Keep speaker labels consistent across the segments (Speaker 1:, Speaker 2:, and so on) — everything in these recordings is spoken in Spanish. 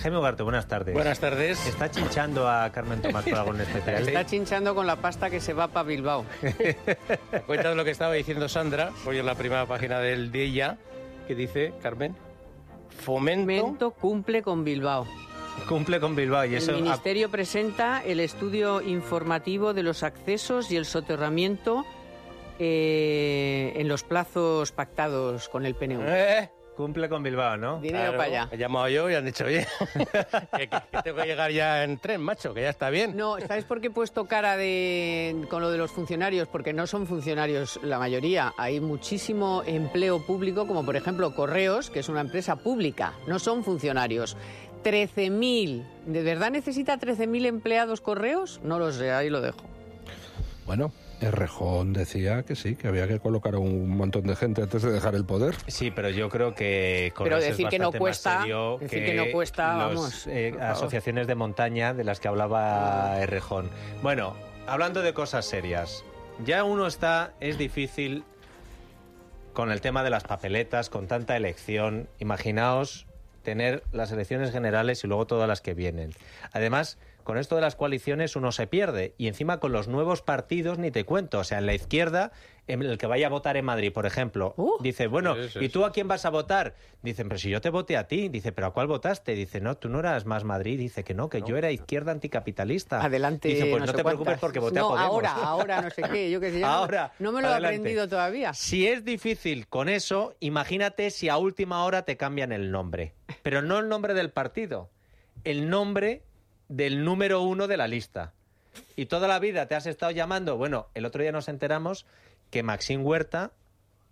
Speaker 1: Jaime Ugarte, buenas tardes.
Speaker 2: Buenas tardes.
Speaker 1: ¿Está chinchando a Carmen Tomás por algún especial?
Speaker 3: Está chinchando con la pasta que se va para Bilbao.
Speaker 2: Cuenta de lo que estaba diciendo Sandra, hoy en la primera página del de ella, que dice, Carmen, fomento...
Speaker 3: Mento cumple con Bilbao.
Speaker 1: Cumple con Bilbao y eso... ah,
Speaker 3: El Ministerio presenta el estudio informativo de los accesos y el soterramiento eh, en los plazos pactados con el PNU.
Speaker 2: ¿Eh?
Speaker 1: Cumple con Bilbao, ¿no?
Speaker 3: Dinero para allá.
Speaker 2: He llamado yo y han dicho, oye, que, que- que tengo que llegar ya en tren, macho, que ya está bien.
Speaker 3: No, ¿sabes por qué he puesto cara de, con lo de los funcionarios? Porque no son funcionarios la mayoría. Hay muchísimo empleo público, como por ejemplo Correos, que es una empresa pública. No son funcionarios. 13.000. ¿De verdad necesita 13.000 empleados Correos? No lo sé, ahí lo dejo.
Speaker 4: Bueno, Errejón decía que sí, que había que colocar a un montón de gente antes de dejar el poder.
Speaker 1: Sí, pero yo creo que
Speaker 3: Pero
Speaker 1: Correos es
Speaker 3: decir que no
Speaker 1: bastante más
Speaker 3: cuesta,
Speaker 1: serio
Speaker 3: decir que no cuesta,
Speaker 1: los,
Speaker 3: vamos,
Speaker 1: eh,
Speaker 3: por favor. Ah.
Speaker 1: asociaciones de montaña de las que hablaba Errejón. Bueno, hablando de cosas serias, ya uno está, es difícil con el tema de las papeletas, con tanta elección. Imaginaos tener las elecciones generales y luego todas las que vienen. Además, con esto de las coaliciones uno se pierde y encima con los nuevos partidos ni te cuento. O sea, en la izquierda, en el que vaya a votar en Madrid, por ejemplo,
Speaker 3: Uh.
Speaker 1: dice, bueno,
Speaker 2: Sí, sí,
Speaker 1: ¿y tú a quién vas a votar? Dicen, pero si yo te voté a ti. Dice, ¿pero a cuál votaste? Dice, no, tú no eras más Madrid. Dice que no, que yo era izquierda anticapitalista.
Speaker 3: Adelante.
Speaker 1: Dice, pues no,
Speaker 3: sé
Speaker 1: te preocupes
Speaker 3: cuántas.
Speaker 1: porque voté a
Speaker 3: No,
Speaker 1: Podemos.
Speaker 3: ahora, ahora, no sé qué. Yo qué sé. yo no-
Speaker 1: Ahora,
Speaker 3: No, me lo
Speaker 1: adelante.
Speaker 3: he aprendido todavía.
Speaker 1: Si es difícil con eso, imagínate si a última hora te cambian el nombre. Pero no el nombre del partido, el nombre del número uno de la lista. Y toda la vida te has estado llamando. Bueno, el otro día nos enteramos que Maxim Huerta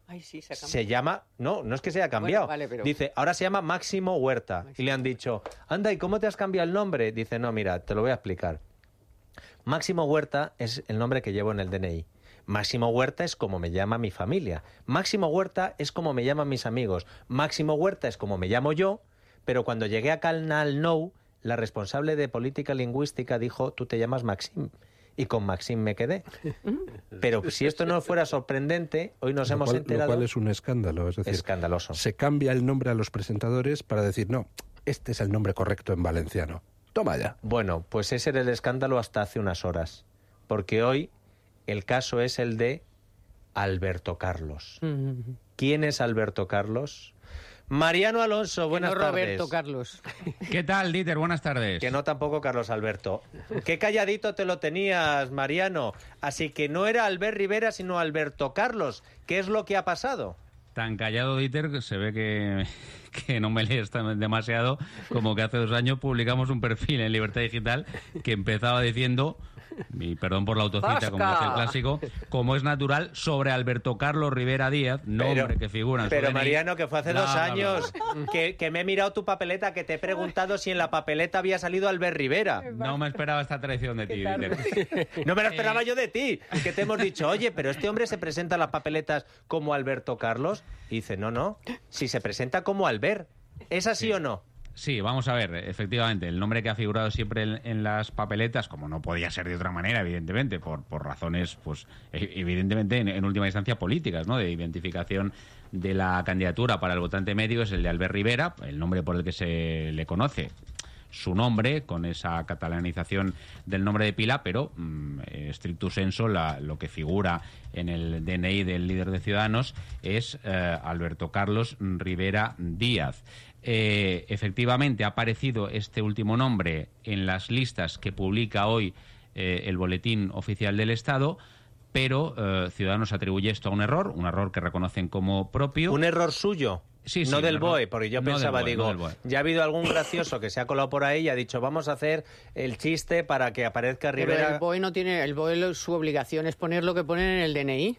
Speaker 3: Ay, sí, se ha cambiado.
Speaker 1: se llama. No, no es que se haya cambiado.
Speaker 3: vale, pero-
Speaker 1: Dice, ahora se llama Máximo Huerta. Y le han dicho, anda, ¿y cómo te has cambiado el nombre? Dice, no, mira, te lo voy a explicar. Máximo Huerta es el nombre que llevo en el DNI. Máximo Huerta es como me llama mi familia. Máximo Huerta es como me llaman mis amigos. Máximo Huerta es como me llamo yo. Pero cuando llegué a Canal No, la responsable de política lingüística dijo, tú te llamas Maxim. Y con Maxim me quedé. Pero si esto no fuera sorprendente, hoy nos
Speaker 4: lo,
Speaker 1: hemos
Speaker 4: cual, lo
Speaker 1: enterado.
Speaker 4: cual es un escándalo. Es decir,
Speaker 1: Escandaloso.
Speaker 4: se cambia el nombre a los presentadores para decir, no, este es el nombre correcto en valenciano. Toma ya.
Speaker 1: Bueno, pues ese era el escándalo hasta hace unas horas, porque hoy el caso es el de Alberto Carlos.
Speaker 3: Mm.
Speaker 1: ¿Quién es Alberto Carlos? Mariano Alonso, buenas
Speaker 3: no
Speaker 1: tardes.
Speaker 3: Roberto Carlos.
Speaker 5: ¿Qué tal, Dieter? Buenas tardes.
Speaker 1: que no tampoco Carlos Alberto. Qué calladito te lo tenías, Mariano. Así que no era Albert Rivera, sino Alberto Carlos. ¿Qué es lo que ha pasado?
Speaker 5: Tan callado, Dieter, que se ve que, que no me lees tan- demasiado, como que hace dos años publicamos un perfil en Libertad Digital que empezaba diciendo, y perdón por la autocita, como hace el clásico, como es natural, sobre Alberto Carlos Rivera Díaz, nombre que figura en su
Speaker 1: Pero
Speaker 5: DNI.
Speaker 1: Mariano, que fue hace
Speaker 5: Bla,
Speaker 1: dos
Speaker 5: bla, bla.
Speaker 1: años, Que, que me he mirado tu papeleta, que te he preguntado si en la papeleta había salido Albert Rivera.
Speaker 5: No me esperaba esta traición de ti, Dieter.
Speaker 1: No me lo esperaba yo de ti, que te hemos dicho, oye, pero este hombre se presenta a las papeletas como Alberto Carlos. Y dice, no, no, si se presenta como Albert, ¿es así
Speaker 5: Sí.
Speaker 1: o no?
Speaker 5: Sí, vamos a ver, efectivamente, el nombre que ha figurado siempre en, en las papeletas, como no podía ser de otra manera, evidentemente, por, por razones, pues, e- evidentemente, en, en última instancia, políticas, ¿no? De identificación de la candidatura para el votante medio es el de Albert Rivera, el nombre por el que se le conoce su nombre con esa catalanización del nombre de pila, pero mm, stricto senso la- lo que figura en el DNI del líder de Ciudadanos es eh, Alberto Carlos Rivera Díaz. Eh, efectivamente ha aparecido este último nombre en las listas que publica hoy eh, el Boletín Oficial del Estado, pero eh, Ciudadanos atribuye esto a un error, un error que reconocen como propio.
Speaker 1: Un error suyo.
Speaker 5: Sí, sí,
Speaker 1: no
Speaker 5: un
Speaker 1: del
Speaker 5: error.
Speaker 1: BOE, porque yo
Speaker 5: No del
Speaker 1: pensaba,
Speaker 5: BOE, no
Speaker 1: digo,
Speaker 5: del BOE.
Speaker 1: ya ha habido algún gracioso que se ha colado por ahí y ha dicho, vamos a hacer el chiste para que aparezca
Speaker 3: Pero el
Speaker 1: Rivera.
Speaker 3: BOE no tiene. El BOE lo- su obligación es poner lo que ponen en el DNI.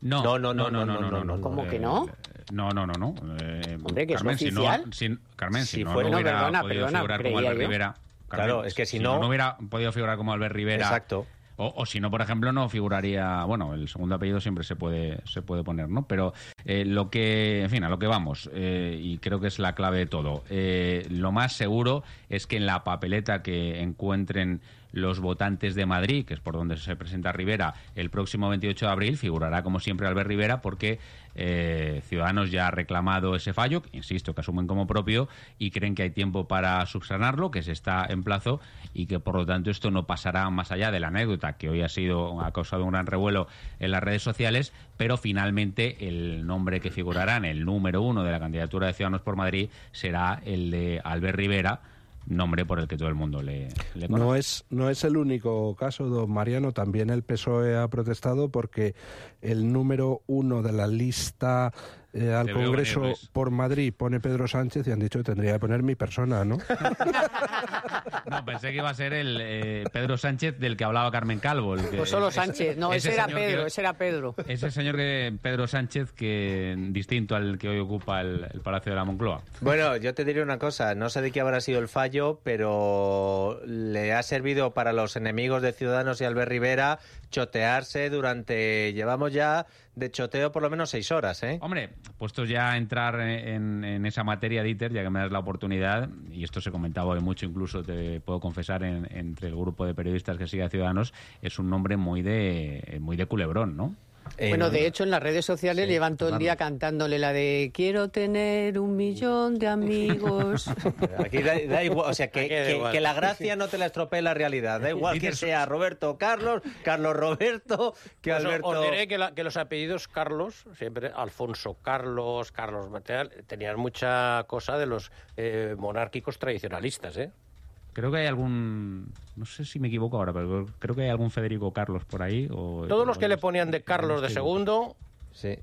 Speaker 5: No,
Speaker 1: No, no, no, no, no, no,
Speaker 3: ¿Cómo que no?
Speaker 5: eh, No, no, no, no. eh,
Speaker 3: Hombre, que es
Speaker 5: Carmen, si no-
Speaker 3: oficial.
Speaker 5: si- Carmen, si
Speaker 1: Si
Speaker 5: no,
Speaker 1: fuera-
Speaker 5: no
Speaker 1: No,
Speaker 5: hubiera
Speaker 3: perdona,
Speaker 5: podido
Speaker 3: perdona,
Speaker 5: figurar como
Speaker 3: creía
Speaker 5: Albert
Speaker 3: yo.
Speaker 5: Rivera.
Speaker 1: Claro, es que si no-
Speaker 5: no hubiera podido figurar como Albert Rivera.
Speaker 1: Exacto.
Speaker 5: O, o si no, por ejemplo, no figuraría. Bueno, el segundo apellido siempre se puede, se puede poner, ¿no? Pero eh, lo que. En fin, a lo que vamos, eh, y creo que es la clave de todo. eh, lo más seguro es que en la papeleta que encuentren los votantes de Madrid, que es por donde se presenta Rivera, el próximo 28 de abril figurará como siempre Albert Rivera porque eh, Ciudadanos ya ha reclamado ese fallo, que, insisto, que asumen como propio y creen que hay tiempo para subsanarlo, que se está en plazo y que por lo tanto esto no pasará más allá de la anécdota que hoy ha sido ha causado un gran revuelo en las redes sociales, pero finalmente el nombre que figurará en el número uno de la candidatura de Ciudadanos por Madrid será el de Albert Rivera nombre por el que todo el mundo le, le conoce.
Speaker 4: No eh. es, no es el único caso, don Mariano. También el PSOE E ha protestado porque el número uno de la lista eh, al
Speaker 5: Te veo
Speaker 4: Congreso
Speaker 5: venir, Luis.
Speaker 4: por Madrid pone Pedro Sánchez y han dicho que tendría que poner mi persona, ¿no?
Speaker 5: No, pensé que iba a ser el eh, Pedro Sánchez del que hablaba Carmen Calvo. el que-
Speaker 3: Pues solo
Speaker 5: ese-
Speaker 3: Sánchez. No, ese, era
Speaker 5: señor que-
Speaker 3: Pedro, ese era Pedro.
Speaker 5: Ese señor que, Pedro Sánchez, que distinto al que hoy ocupa el, el Palacio de la Moncloa.
Speaker 1: Bueno, yo te diré una cosa, no sé de qué habrá sido el fallo, pero le ha servido para los enemigos de Ciudadanos y Albert Rivera chotearse durante, llevamos ya de choteo por lo menos seis horas, ¿eh?
Speaker 5: Hombre, puestos ya a entrar en, en esa materia, Dieter, ya que me das la oportunidad, y esto se comentaba hoy mucho, incluso te puedo confesar, en- entre el grupo de periodistas que sigue a Ciudadanos, es un nombre muy de, muy de culebrón, ¿no?
Speaker 3: Bueno,
Speaker 1: Eh,
Speaker 3: de hecho, en las redes sociales
Speaker 5: Sí,
Speaker 3: llevan todo el día
Speaker 5: Fernando.
Speaker 3: cantándole la de Quiero tener un millón de amigos.
Speaker 1: Aquí da, da igual, o sea, que,
Speaker 2: Aquí da
Speaker 1: que-
Speaker 2: igual.
Speaker 1: que la gracia no te la estropee la realidad. Da igual que
Speaker 5: Dices-
Speaker 1: sea Roberto Carlos, Carlos Roberto, que
Speaker 2: Pues os-
Speaker 1: Alberto...
Speaker 2: Os diré que, la- que los apellidos Carlos, siempre Alfonso Carlos, Carlos Mateal, tenían mucha cosa de los eh, monárquicos tradicionalistas, ¿eh?
Speaker 5: Creo que hay algún, no sé si me equivoco ahora, pero creo que hay algún Federico Carlos por ahí.
Speaker 1: Pues
Speaker 5: O,
Speaker 2: Todos los que le
Speaker 5: o-
Speaker 2: ponían de Carlos de segundo,
Speaker 1: Sí.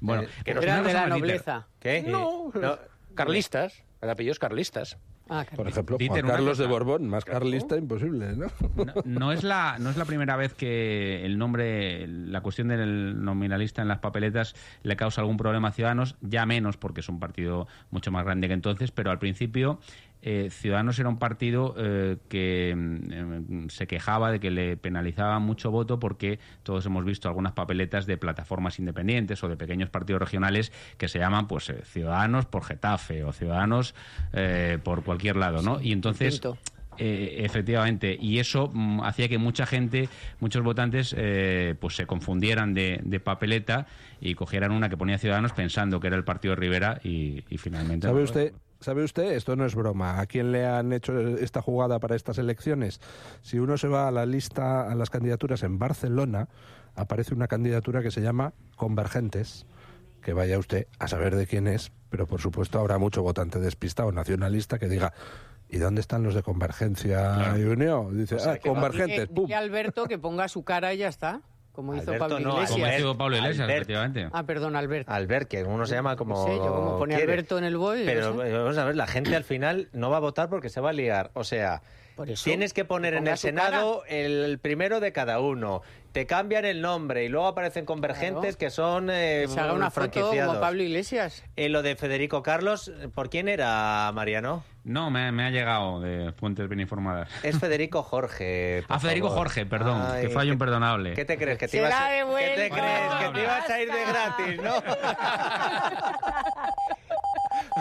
Speaker 5: Bueno,
Speaker 2: eh,
Speaker 5: pues
Speaker 2: que nos-
Speaker 5: una
Speaker 3: Eran de
Speaker 5: cosa
Speaker 3: la
Speaker 5: más, Dieter.
Speaker 3: nobleza.
Speaker 1: ¿Qué?
Speaker 2: no,
Speaker 1: No,
Speaker 2: carlistas, el apellido es carlistas.
Speaker 3: Ah,
Speaker 4: Por
Speaker 3: caramba.
Speaker 4: ejemplo,
Speaker 5: Dieter,
Speaker 4: Juan
Speaker 5: una
Speaker 4: Carlos de
Speaker 5: cosa.
Speaker 4: Borbón, más carlista imposible, ¿no?
Speaker 5: No, no es la, no es la primera vez que el nombre, la cuestión del nominalista en las papeletas le causa algún problema a Ciudadanos, ya menos porque es un partido mucho más grande que entonces, pero al principio eh, Ciudadanos era un partido eh, que mm, eh, se quejaba de que le penalizaba mucho voto porque todos hemos visto algunas papeletas de plataformas independientes o de pequeños partidos regionales que se llaman pues eh, Ciudadanos por Getafe o Ciudadanos eh, por cualquier lado, ¿no? Y entonces...
Speaker 3: distinto.
Speaker 5: Eh, efectivamente, y eso mm, hacía que mucha gente, muchos votantes, eh, pues se confundieran de, de papeleta y cogieran una que ponía Ciudadanos pensando que era el partido de Rivera y, y finalmente.
Speaker 4: ¿Sabe
Speaker 5: no.
Speaker 4: usted, ¿Sabe usted? Esto no es broma. ¿A quién le han hecho esta jugada para estas elecciones? Si uno se va a la lista, a las candidaturas en Barcelona, aparece una candidatura que se llama Convergentes. Que vaya usted a saber de quién es, pero por supuesto habrá mucho votante despistado nacionalista que diga. ¿Y dónde están los de Convergencia y Unión? Dice,
Speaker 1: sea,
Speaker 4: ah,
Speaker 1: que va-
Speaker 4: Convergentes,
Speaker 3: Dile-
Speaker 4: pum.
Speaker 3: dile a Alberto que ponga su cara y ya está, como hizo
Speaker 1: Alberto
Speaker 3: Pablo
Speaker 1: no,
Speaker 5: Como ha
Speaker 3: Iglesias.
Speaker 5: sido Pablo Iglesias,
Speaker 1: Albert.
Speaker 5: efectivamente.
Speaker 3: Ah, perdón, Alberto.
Speaker 1: Albert, que uno se llama como.
Speaker 3: No sé, yo como pone
Speaker 1: quiere.
Speaker 3: Alberto en el BOE, yo
Speaker 1: Pero
Speaker 3: no sé.
Speaker 1: eh, vamos a ver, la gente al final no va a votar porque se va a liar. O sea,
Speaker 3: Por eso,
Speaker 1: tienes que poner
Speaker 3: que
Speaker 1: en
Speaker 3: ponga
Speaker 1: el
Speaker 3: su
Speaker 1: Senado el primero de cada uno. Te cambian el nombre y luego aparecen convergentes
Speaker 3: Claro.
Speaker 1: que son. eh,
Speaker 3: Que se haga una foto
Speaker 1: franquiciados.
Speaker 3: como Pablo Iglesias.
Speaker 1: Eh, lo de Federico Carlos, ¿por quién era Mariano?
Speaker 5: No, me, me ha llegado de fuentes bien informadas.
Speaker 1: Es Federico Jorge. por
Speaker 5: A Ah, Federico
Speaker 1: favor.
Speaker 5: Jorge, perdón,
Speaker 1: Ay,
Speaker 5: que fallo imperdonable.
Speaker 1: ¿Qué te crees? ¿Que te,
Speaker 3: Se
Speaker 1: ibas
Speaker 3: la ha
Speaker 1: a... ¿Qué te
Speaker 3: devuelto.
Speaker 1: crees? ¿Que te ibas a ir de gratis, no?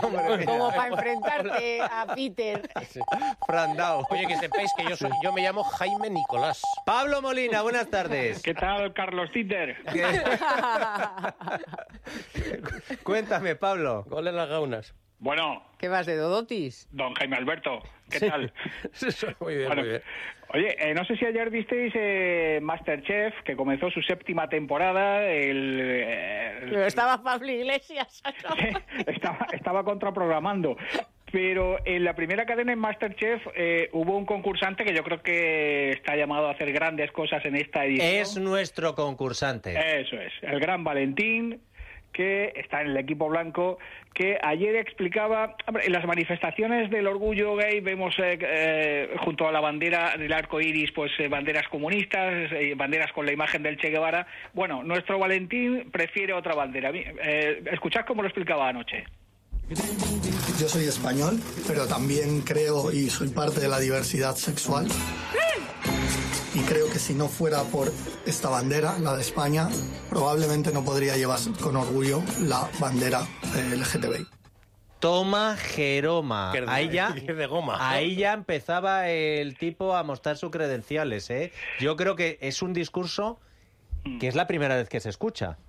Speaker 1: Hombre, mira,
Speaker 3: Como para enfrentarte a Peter.
Speaker 1: Frandao.
Speaker 2: Oye, que sepáis que yo, soy, yo me llamo Jaime Nicolás.
Speaker 1: Pablo Molina, buenas tardes.
Speaker 6: ¿Qué tal, Carlos Titer?
Speaker 1: Cuéntame, Pablo.
Speaker 2: Gol en las gaunas.
Speaker 6: Bueno,
Speaker 3: ¿Qué vas de Dodotis?
Speaker 6: don Jaime Alberto, ¿qué tal?
Speaker 2: muy bien,
Speaker 6: Bueno,
Speaker 2: muy bien.
Speaker 6: oye, eh, no sé si ayer visteis eh, Masterchef, que comenzó su séptima temporada. El, eh,
Speaker 3: Pero estaba Pablo Iglesias.
Speaker 6: estaba, estaba contraprogramando. Pero en la primera cadena en Masterchef eh, hubo un concursante que yo creo que está llamado a hacer grandes cosas en esta edición.
Speaker 1: Es nuestro concursante.
Speaker 6: Eso es, el gran Valentín que está en el equipo blanco, que ayer explicaba, hombre, en las manifestaciones del orgullo gay vemos eh, eh, junto a la bandera del arco iris, pues eh, banderas comunistas, eh, banderas con la imagen del Che Guevara. Bueno, nuestro Valentín prefiere otra bandera. Mi- eh, escuchad cómo lo explicaba anoche.
Speaker 7: Yo soy español, pero también creo y soy parte de la diversidad sexual. Y creo que si no fuera por esta bandera, la de España, probablemente no podría llevar con orgullo la bandera eh, LGTBI.
Speaker 1: Toma Jeroma.
Speaker 2: Que es de-
Speaker 1: Ahí ya,
Speaker 2: que es de goma.
Speaker 1: ahí ya empezaba el tipo a mostrar sus credenciales. ¿eh? Yo creo que es un discurso que es la primera vez que se escucha.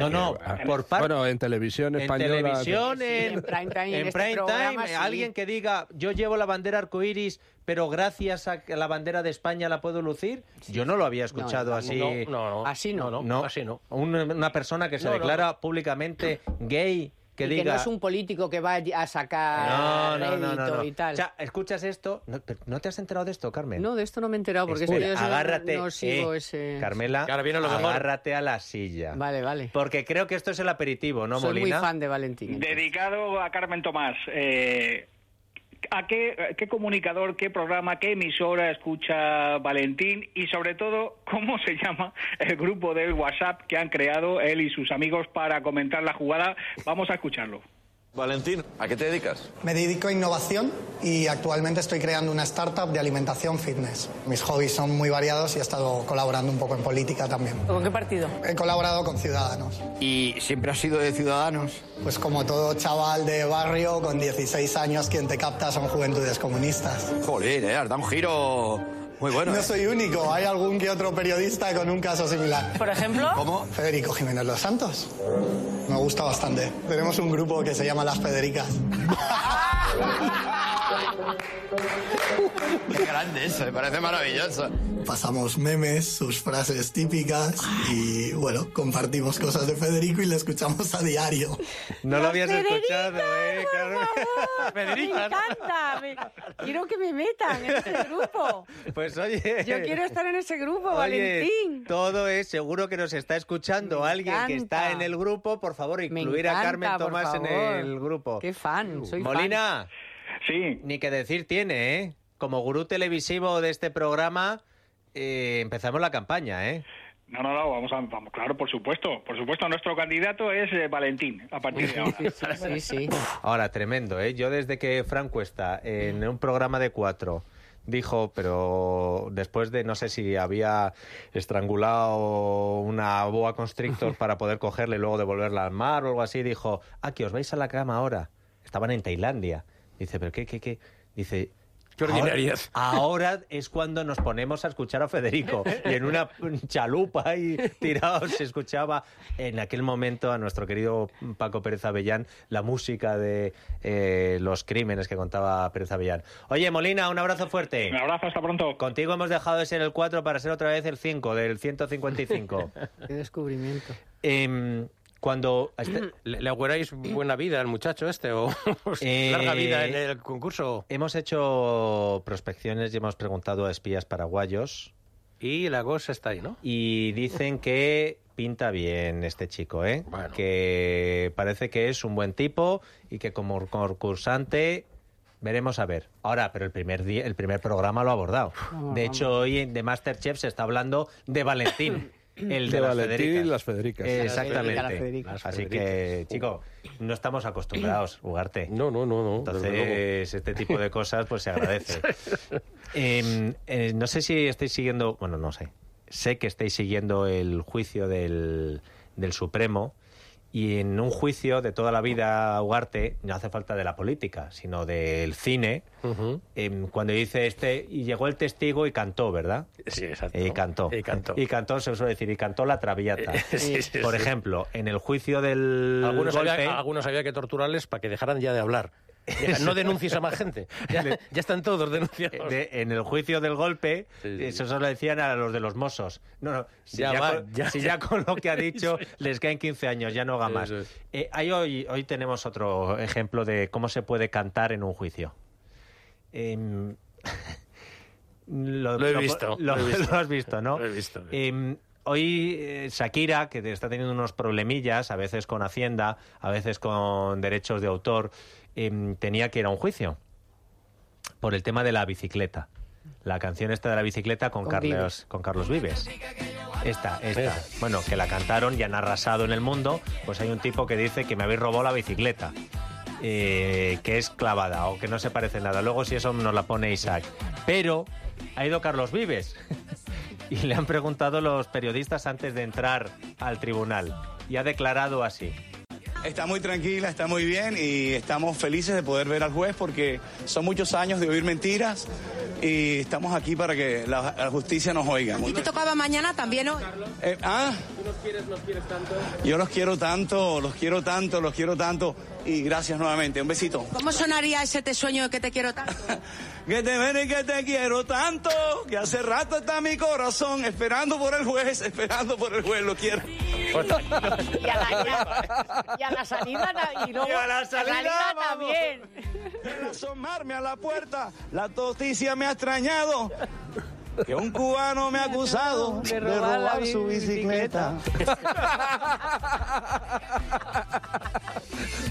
Speaker 1: No, no, por parte.
Speaker 4: eh, Bueno, en televisión
Speaker 1: en
Speaker 4: española.
Speaker 1: televisión,
Speaker 3: Sí,
Speaker 1: en,
Speaker 3: en prime time,
Speaker 1: en
Speaker 3: en este
Speaker 1: prime time,
Speaker 3: programa, sí.
Speaker 1: alguien que diga yo llevo la bandera arcoíris, pero gracias a que la bandera de España la puedo lucir. Yo no lo había escuchado
Speaker 3: no,
Speaker 1: así.
Speaker 2: No, no, no.
Speaker 3: Así no.
Speaker 1: No.
Speaker 2: así no.
Speaker 1: Un- una persona que se
Speaker 2: No, no,
Speaker 1: declara públicamente gay, que
Speaker 3: Y
Speaker 1: diga.
Speaker 3: que no es un político que va a
Speaker 1: no,
Speaker 3: sacar
Speaker 1: no, no, no,
Speaker 3: rédito
Speaker 1: no.
Speaker 3: y tal.
Speaker 1: O sea, escuchas esto. No, pero ¿no te has enterado de esto, Carmen?
Speaker 3: no, de esto no me he enterado porque es que
Speaker 1: Uy,
Speaker 3: yo eso no-
Speaker 1: agárrate.
Speaker 3: no sigo
Speaker 1: eh,
Speaker 3: ese...
Speaker 1: Carmela,
Speaker 2: Que ahora viene lo mejor.
Speaker 1: agárrate a la silla.
Speaker 3: Vale, vale.
Speaker 1: Porque creo que esto es el aperitivo, ¿no,
Speaker 3: Soy
Speaker 1: Molina?
Speaker 3: muy fan de Valentín.
Speaker 6: Dedicado a Carmen Tomás. eh, ¿A qué, qué comunicador, qué programa, qué emisora escucha Valentín? Y sobre todo, ¿cómo se llama el grupo del WhatsApp que han creado él y sus amigos para comentar la jugada? Vamos a escucharlo.
Speaker 8: Valentín, ¿a qué te dedicas?
Speaker 7: Me dedico a innovación y actualmente estoy creando una startup de alimentación fitness. Mis hobbies son muy variados y he estado colaborando un poco en política también.
Speaker 9: ¿Con qué partido?
Speaker 7: He colaborado con Ciudadanos.
Speaker 10: ¿Y siempre has sido de Ciudadanos?
Speaker 7: Pues como todo chaval de barrio, con 16 años quien te capta son juventudes comunistas.
Speaker 10: Jolín, ¿eh? Has dado un giro muy bueno.
Speaker 7: No
Speaker 10: ¿eh?
Speaker 7: soy único, hay algún que otro periodista con un caso similar.
Speaker 9: Por ejemplo,
Speaker 10: ¿Cómo?
Speaker 7: Federico Jiménez Los Santos. Me gusta bastante. Tenemos un grupo que se llama Las Federicas.
Speaker 10: Qué grande eso, me parece maravilloso.
Speaker 7: Pasamos memes, sus frases típicas y bueno, compartimos cosas de Federico y le escuchamos a diario.
Speaker 1: No lo
Speaker 9: Las
Speaker 1: habías
Speaker 9: Federicas,
Speaker 1: escuchado, ¿eh, Carmen?
Speaker 9: me encanta. me- Quiero que me metan en
Speaker 3: este
Speaker 9: ese grupo.
Speaker 1: Pues oye.
Speaker 9: Yo quiero estar en ese grupo,
Speaker 1: Oye,
Speaker 9: Valentín.
Speaker 1: todo es seguro que nos está escuchando
Speaker 3: Me
Speaker 1: alguien que está
Speaker 3: encanta.
Speaker 1: en el grupo. Por favor,
Speaker 3: Me
Speaker 1: incluir a
Speaker 3: encanta,
Speaker 1: Carmen
Speaker 3: por
Speaker 1: Tomás en
Speaker 3: favor.
Speaker 1: el grupo. Uh,
Speaker 3: Qué fan, soy fan.
Speaker 1: Molina,
Speaker 6: Sí,
Speaker 1: ni que decir tiene, ¿eh? Como gurú televisivo de este programa, eh, empezamos la campaña, ¿eh?
Speaker 6: No, no, no, vamos a, vamos, claro, por supuesto, por supuesto, nuestro candidato es eh, Valentín, a partir de ahora.
Speaker 3: Sí, sí, sí, sí.
Speaker 1: Ahora, tremendo, ¿eh? Yo desde que Fran Cuesta, en un programa de cuatro, dijo, pero después de, no sé si había estrangulado una boa constrictor para poder cogerla y luego devolverla al mar o algo así, dijo, ah, que os vais a la cama ahora. Estaban en Tailandia. Dice, pero qué, qué, qué. Dice...
Speaker 2: Qué
Speaker 1: "Ahora-
Speaker 2: ordinarias".
Speaker 1: Ahora, es cuando nos ponemos a escuchar a Federico. Y en una chalupa ahí tirados se escuchaba en aquel momento a nuestro querido Paco Pérez Avellán la música de eh, los crímenes que contaba Pérez Avellán. Oye, Molina, un abrazo fuerte.
Speaker 6: Un abrazo, hasta pronto.
Speaker 1: Contigo hemos dejado de ser el 4 para ser otra vez el 5 del 155.
Speaker 3: Qué descubrimiento.
Speaker 1: Em, cuando... este-
Speaker 2: ¿Le, le auguráis buena vida al muchacho este o o
Speaker 1: Eh,
Speaker 2: larga vida en el concurso?
Speaker 1: Hemos hecho prospecciones y hemos preguntado a espías paraguayos
Speaker 2: Y la cosa está ahí, ¿no?
Speaker 1: y dicen que pinta bien este chico, ¿eh?
Speaker 2: Bueno.
Speaker 1: Que parece que es un buen tipo y que como concursante veremos a ver. Ahora, pero el primer día, el primer programa lo ha abordado. De hecho, hoy en de MasterChef se está hablando de Valentín, el de,
Speaker 4: De
Speaker 1: las
Speaker 4: Valentín
Speaker 1: Federicas.
Speaker 4: y las Federicas.
Speaker 1: Eh,
Speaker 3: Las Federicas, las
Speaker 1: Exactamente.
Speaker 3: Federicas.
Speaker 1: Así que, chico, no estamos acostumbrados, Ugarte.
Speaker 2: No, no, no, no. desde luego.
Speaker 1: Entonces, este tipo de cosas pues se agradece. Eh, eh, no sé si estáis siguiendo, bueno, no sé. Sé que estáis siguiendo el juicio del, del Supremo y en un juicio de toda la vida, Ugarte, no hace falta de la política, sino del cine.
Speaker 2: Ujú.
Speaker 1: Em, cuando dice este, y llegó el testigo y cantó, ¿verdad?
Speaker 2: Sí, exacto.
Speaker 1: Y cantó.
Speaker 2: Y Eh, cantó.
Speaker 1: Y cantó, se suele decir, y cantó la traviata.
Speaker 2: Sí, sí,
Speaker 1: Por
Speaker 2: sí.
Speaker 1: ejemplo, en el juicio del
Speaker 2: Algunos
Speaker 1: golpe...
Speaker 2: había, algunos había que torturarles para que dejaran ya de hablar. Ya, no denuncies a más gente. Ya, ya están todos denunciados.
Speaker 1: Eh, de- en el juicio del golpe, eh,
Speaker 2: Sí, sí.
Speaker 1: eso se lo decían a los de los mozos. No, no, si ya,
Speaker 2: Ya va,
Speaker 1: con,
Speaker 2: ya-
Speaker 1: si ya con lo que ha dicho les caen 15 años, ya no haga más.
Speaker 2: Eso es.
Speaker 1: Eh, ahí hoy, hoy tenemos otro ejemplo de cómo se puede cantar en un juicio. Em,
Speaker 2: Lo he visto,
Speaker 1: Lo,
Speaker 2: lo he visto.
Speaker 1: lo has visto, ¿no?
Speaker 2: Lo he visto.
Speaker 1: Em, hoy eh, Shakira, que está teniendo unos problemillas, a veces con Hacienda, a veces con derechos de autor, em, tenía que ir a un juicio por el tema de la bicicleta. La canción esta de la bicicleta con,
Speaker 3: Con
Speaker 1: Carlos,
Speaker 3: Vives.
Speaker 1: con Carlos Vives. Esta, esta. Bueno, que la cantaron y han arrasado en el mundo. Pues hay un tipo que dice que me habéis robado la bicicleta. eh, que es clavada o que no se parece en nada. Luego, si eso nos la pone Isaac. Pero ha ido Carlos Vives. y le han preguntado los periodistas antes de entrar al tribunal. Y ha declarado así.
Speaker 11: Está muy tranquila, está muy bien y estamos felices de poder ver al juez porque son muchos años de oír mentiras y estamos aquí para que la, la justicia nos oiga.
Speaker 9: ¿Y te tocaba mañana también hoy?
Speaker 11: Eh, ah,
Speaker 9: nos quieres, nos quieres tanto.
Speaker 11: yo los quiero tanto, los quiero tanto, los quiero tanto y gracias nuevamente. Un besito.
Speaker 9: ¿Cómo sonaría ese te sueño de que te quiero tanto?
Speaker 11: Que te ven y que te quiero tanto, que hace rato está mi corazón esperando por el juez, esperando por el juez, lo quiero.
Speaker 9: Y a la, y a la salida, na- y luego,
Speaker 11: Y a la
Speaker 9: a la
Speaker 11: salida,
Speaker 9: salida
Speaker 11: vamos.
Speaker 9: también.
Speaker 11: El asomarme a la puerta, la noticia me ha extrañado. Que un cubano me ha acusado de robar, su bicicleta.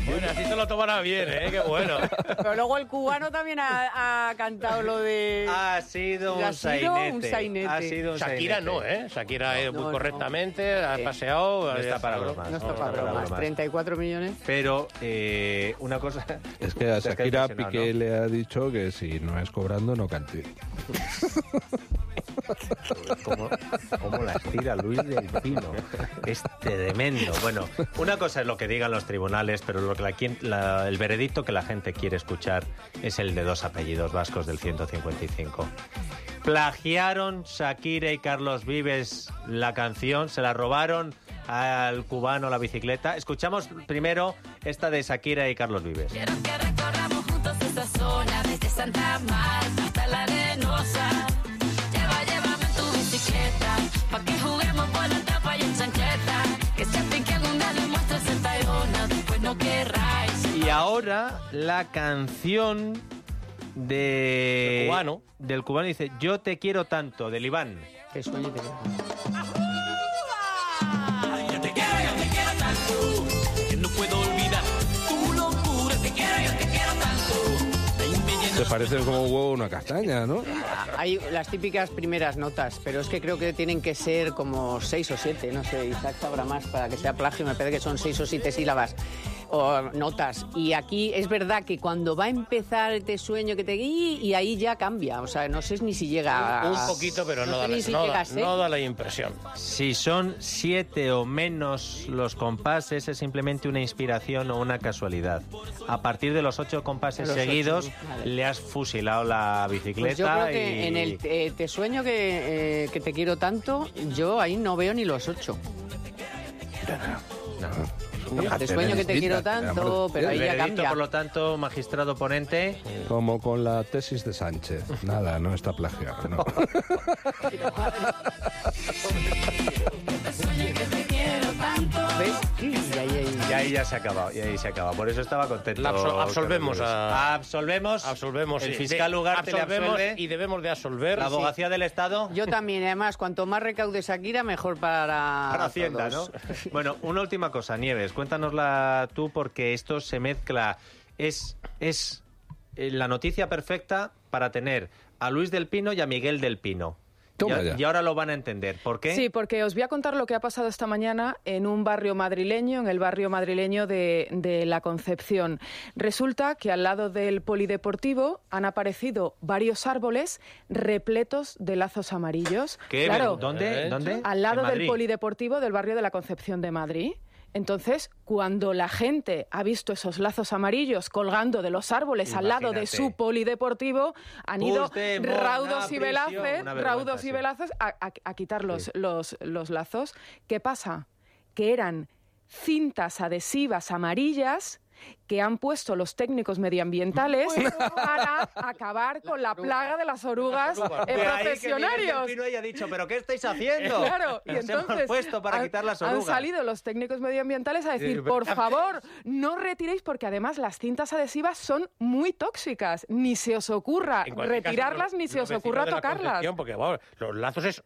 Speaker 2: Bueno, así se lo tomará bien, ¿eh? Qué bueno.
Speaker 9: Pero luego el cubano también ha, ha cantado lo de...
Speaker 11: Ah,
Speaker 1: Ha sido
Speaker 9: Ha
Speaker 1: un
Speaker 9: sido
Speaker 1: sainete.
Speaker 9: un sainete.
Speaker 1: Ha sido un
Speaker 2: Shakira
Speaker 1: sainete.
Speaker 2: no, ¿eh? Shakira eh, muy
Speaker 1: este, no.
Speaker 2: correctamente, ha paseado.
Speaker 1: No
Speaker 2: ha-
Speaker 1: está para
Speaker 2: ha-
Speaker 1: bromas,
Speaker 2: no está
Speaker 1: para bromas.
Speaker 3: 34 millones.
Speaker 1: Pero eh, una cosa...
Speaker 4: Es que a
Speaker 1: te has
Speaker 4: Shakira
Speaker 1: quedado impresionado,
Speaker 4: Piqué
Speaker 1: ¿no?
Speaker 4: le ha dicho que si no es cobrando, no cante.
Speaker 1: ¿Cómo, cómo las tira Luis del Pino? Es tremendo. Bueno, una cosa es lo que digan los tribunales, pero lo que la quien- la- el veredicto que la gente quiere escuchar es el de dos apellidos vascos del 155. Plagiaron Shakira y Carlos Vives la canción, se la robaron al cubano la bicicleta. Escuchamos primero esta de Shakira y Carlos Vives.
Speaker 12: Recorramos juntos esta zona, desde Santa Marta hasta la arenosa. Lleva, llévame en tu bicicleta, pa' que juguemos por la tapa y en chancheta. Que se pique algún dale muestra esa tairona, después no querráis.
Speaker 1: Y ahora la canción de...
Speaker 2: Del cubano.
Speaker 1: Del cubano dice, yo te quiero tanto, del Iván.
Speaker 3: Qué sueño te
Speaker 12: Yo te quiero, yo te quiero tanto, que no puedo olvidar tu locura. Te quiero, yo te quiero tanto.
Speaker 4: Te parece como un huevo a una castaña, ¿no?
Speaker 3: Hay las típicas primeras notas, pero es que creo que tienen que ser como seis o siete, no sé, Isaac sabrá más para que sea plagio, me parece que son seis o siete sílabas o notas. Y aquí es verdad que cuando va a empezar este sueño que te y, y ahí ya cambia, o sea, no sé ni si llega a...
Speaker 2: Un poquito, pero no,
Speaker 3: sé
Speaker 2: da, la,
Speaker 3: ni si
Speaker 2: no
Speaker 3: llega
Speaker 2: da-
Speaker 3: a ser.
Speaker 2: no da la impresión.
Speaker 1: Si son siete o menos los compases, es simplemente una inspiración o una casualidad. A partir de los ocho compases
Speaker 3: Los ocho,
Speaker 1: seguidos,
Speaker 3: vale.
Speaker 1: le has fusilado la bicicleta.
Speaker 3: Pues yo creo que
Speaker 1: y-
Speaker 3: en el eh, Te sueño que, eh, que te quiero tanto, yo ahí no veo ni los ocho. Te sueño que te quiero tanto, pero
Speaker 1: El
Speaker 3: ahí ya
Speaker 1: veredicto,
Speaker 3: cambia.
Speaker 1: por lo tanto, magistrado ponente.
Speaker 4: Como con la tesis de Sánchez. Nada, no está plagiado. No.
Speaker 3: ¿Ves? Y ahí, ahí-
Speaker 1: Y ahí ya se ha acabado, y ahí se ha acabado. Por eso estaba contento.
Speaker 2: La absol- absolvemos
Speaker 1: Carlos.
Speaker 2: a-
Speaker 1: Absolvemos.
Speaker 2: Absolvemos.
Speaker 1: El
Speaker 2: sí.
Speaker 1: fiscal
Speaker 2: De-
Speaker 1: Ugarte le
Speaker 2: absolvemos
Speaker 1: absolve.
Speaker 2: y debemos de absolver.
Speaker 1: la
Speaker 2: sí.
Speaker 1: abogacía del Estado.
Speaker 3: Yo también, además, cuanto más recaude Shakira, mejor para.
Speaker 13: Ah,
Speaker 1: Para Hacienda, ¿no?
Speaker 3: todos.
Speaker 1: Bueno, una última cosa, Nieves, cuéntanosla tú porque esto se mezcla. Es, es eh, la noticia perfecta para tener a Luis del Pino y a Miguel del Pino.
Speaker 4: Toma
Speaker 1: y, a-
Speaker 4: ya.
Speaker 1: y ahora lo van a entender. ¿Por qué?
Speaker 13: Sí, porque os voy a contar lo que ha pasado esta mañana en un barrio madrileño, en el barrio madrileño de, de La Concepción. Resulta que al lado del polideportivo han aparecido varios árboles repletos de lazos amarillos.
Speaker 1: ¿Qué?
Speaker 13: Claro,
Speaker 1: ¿Dónde?
Speaker 2: Eh,
Speaker 1: ¿Dónde?
Speaker 13: al lado
Speaker 1: En
Speaker 13: del
Speaker 1: Madrid.
Speaker 13: polideportivo del barrio de la Concepción de Madrid. Entonces, cuando la gente ha visto esos lazos amarillos colgando de los árboles al lado de
Speaker 1: Imagínate.
Speaker 13: su polideportivo, han ido
Speaker 1: Puigdemont,
Speaker 13: raudos
Speaker 1: a
Speaker 13: y
Speaker 1: prisión.
Speaker 13: velaces,
Speaker 1: Una vergüenza,
Speaker 13: raudos
Speaker 1: sí.
Speaker 13: y velaces a, a- a quitar los, los, los lazos. ¿Qué pasa? Que eran cintas adhesivas amarillas que han puesto los técnicos medioambientales para acabar con la plaga de las orugas
Speaker 1: De
Speaker 13: en
Speaker 1: ahí que Miguel
Speaker 13: eh, profesionarios.
Speaker 1: del Pino haya dicho, ¿pero qué estáis haciendo?
Speaker 13: Claro, y
Speaker 1: Nos hemos
Speaker 13: entonces
Speaker 1: puesto para
Speaker 13: han,
Speaker 1: quitar las
Speaker 13: han
Speaker 1: orugas.
Speaker 13: salido los técnicos medioambientales a decir,
Speaker 2: pero
Speaker 13: por
Speaker 2: ¿qué
Speaker 13: favor, no retiréis porque además las cintas adhesivas son muy tóxicas, ni se os ocurra
Speaker 2: En cualquier caso,
Speaker 13: retirarlas
Speaker 2: los-
Speaker 13: ni se os
Speaker 2: los vecinos
Speaker 13: ocurra
Speaker 2: de la
Speaker 13: tocarlas.
Speaker 2: Concepción, Porque vamos, los lazos es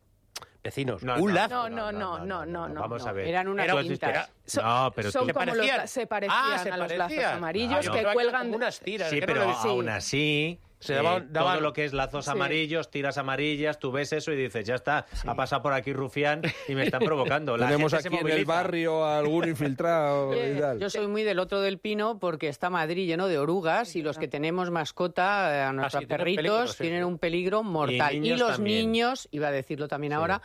Speaker 2: vecinos.
Speaker 1: No,
Speaker 2: un
Speaker 1: no,
Speaker 13: No,
Speaker 2: lazo.
Speaker 13: no, no, no, no, no.
Speaker 1: Vamos a ver.
Speaker 3: Eran unas
Speaker 1: Tú has dicho-
Speaker 3: cintas.
Speaker 13: So-
Speaker 1: no, pero
Speaker 13: son
Speaker 1: tú-
Speaker 2: ¿Se
Speaker 13: como los
Speaker 2: parecían?
Speaker 13: la- se parecían
Speaker 2: Ah, se
Speaker 13: a los lazos
Speaker 2: parecían.
Speaker 13: amarillos
Speaker 1: Ah,
Speaker 13: que
Speaker 1: no.
Speaker 13: cuelgan.
Speaker 2: Como unas tiras.
Speaker 1: Sí,
Speaker 2: que no
Speaker 1: pero
Speaker 2: le-
Speaker 13: Sí.
Speaker 1: aún así,
Speaker 2: Se
Speaker 1: eh,
Speaker 2: daban- daban-
Speaker 1: todo lo que es lazos
Speaker 13: Sí.
Speaker 1: amarillos, tiras amarillas, tú ves eso y dices, ya está, ha pasado por aquí Rufián y me están provocando. La
Speaker 4: Tenemos
Speaker 1: gente se
Speaker 4: aquí en el
Speaker 1: moviliza.
Speaker 4: barrio a algún infiltrado y tal.
Speaker 3: Yo soy muy del otro del pino porque está Madrid lleno de orugas y los que tenemos mascota, eh, a nuestros
Speaker 2: Ah, sí, tenemos
Speaker 3: perritos,
Speaker 2: peligro, sí.
Speaker 3: tienen un peligro mortal. Y,
Speaker 1: niños
Speaker 3: los
Speaker 1: también.
Speaker 3: niños, iba a decirlo también ahora,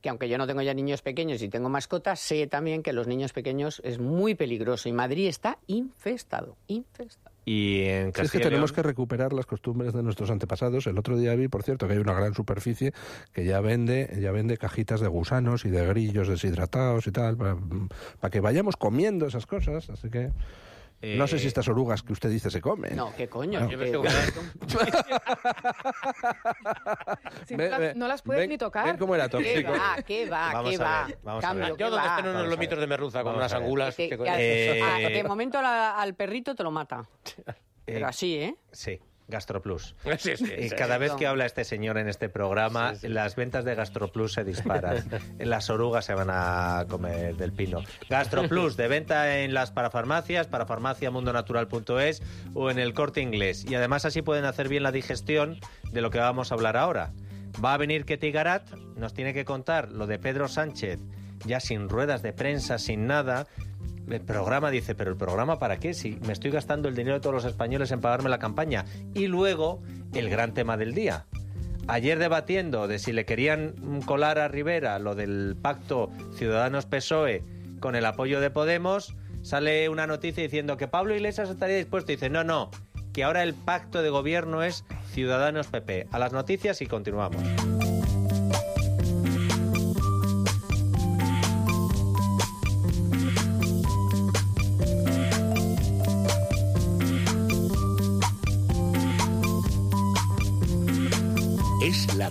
Speaker 3: que aunque yo no tengo ya niños pequeños y tengo mascotas, sé también que los niños pequeños es muy peligroso y Madrid está infestado, infestado.
Speaker 1: Y en
Speaker 4: Sí, es que
Speaker 1: Castilla y
Speaker 4: tenemos
Speaker 1: León-
Speaker 4: que recuperar las costumbres de nuestros antepasados. El otro día vi, por cierto, que hay una gran superficie que ya vende, ya vende cajitas de gusanos y de grillos deshidratados y tal, para, para que vayamos comiendo esas cosas. Así que
Speaker 1: Eh,
Speaker 4: no sé si estas orugas que usted dice se comen.
Speaker 3: No, qué coño.
Speaker 1: Ah,
Speaker 4: No.
Speaker 3: que-
Speaker 4: Yo me estoy
Speaker 13: Si
Speaker 4: Ve-
Speaker 13: no,
Speaker 4: ve-
Speaker 13: las, no las puedes
Speaker 4: ven-
Speaker 13: ni tocar.
Speaker 4: ven cómo era
Speaker 13: ¿Qué
Speaker 4: tóxico.
Speaker 13: va?
Speaker 3: ¿Qué va?
Speaker 4: Vamos
Speaker 3: ¿Qué
Speaker 4: a
Speaker 3: va?
Speaker 4: ver, vamos a
Speaker 3: Cambio,
Speaker 4: ver.
Speaker 3: ¿qué
Speaker 2: Yo donde
Speaker 3: va?
Speaker 2: estén unos lomitos de merluza con
Speaker 1: Ah, Vamos
Speaker 2: unas
Speaker 1: a ver.
Speaker 2: angulas.
Speaker 3: Que-
Speaker 2: qué
Speaker 3: que-
Speaker 2: coño.
Speaker 1: Eh,
Speaker 3: ah, de momento la- al perrito te lo mata. Pero así, ¿eh?
Speaker 1: Sí, GastroPlus.
Speaker 2: Sí, sí,
Speaker 1: Y
Speaker 2: sí.
Speaker 1: Eh, cada vez que habla este señor en este programa, las ventas de GastroPlus se disparan. las orugas se van a comer del pino. GastroPlus, de venta en las parafarmacias, parafarmaciamundonatural.es o en el corte inglés. Y además así pueden hacer bien la digestión de lo que vamos a hablar ahora. Va a venir Ketty Garat, nos tiene que contar lo de Pedro Sánchez, ya sin ruedas de prensa, sin nada. El programa dice, pero el programa para qué? Si me estoy gastando el dinero de todos los españoles en pagarme la campaña. Y luego, el gran tema del día. Ayer debatiendo de si le querían mm, colar a Rivera lo del pacto Ciudadanos-PSOE E con el apoyo de Podemos, sale una noticia diciendo que Pablo Iglesias estaría dispuesto. Y dice, no, no, que ahora el pacto de gobierno es Ciudadanos-PP. A las noticias y continuamos.
Speaker 14: Es la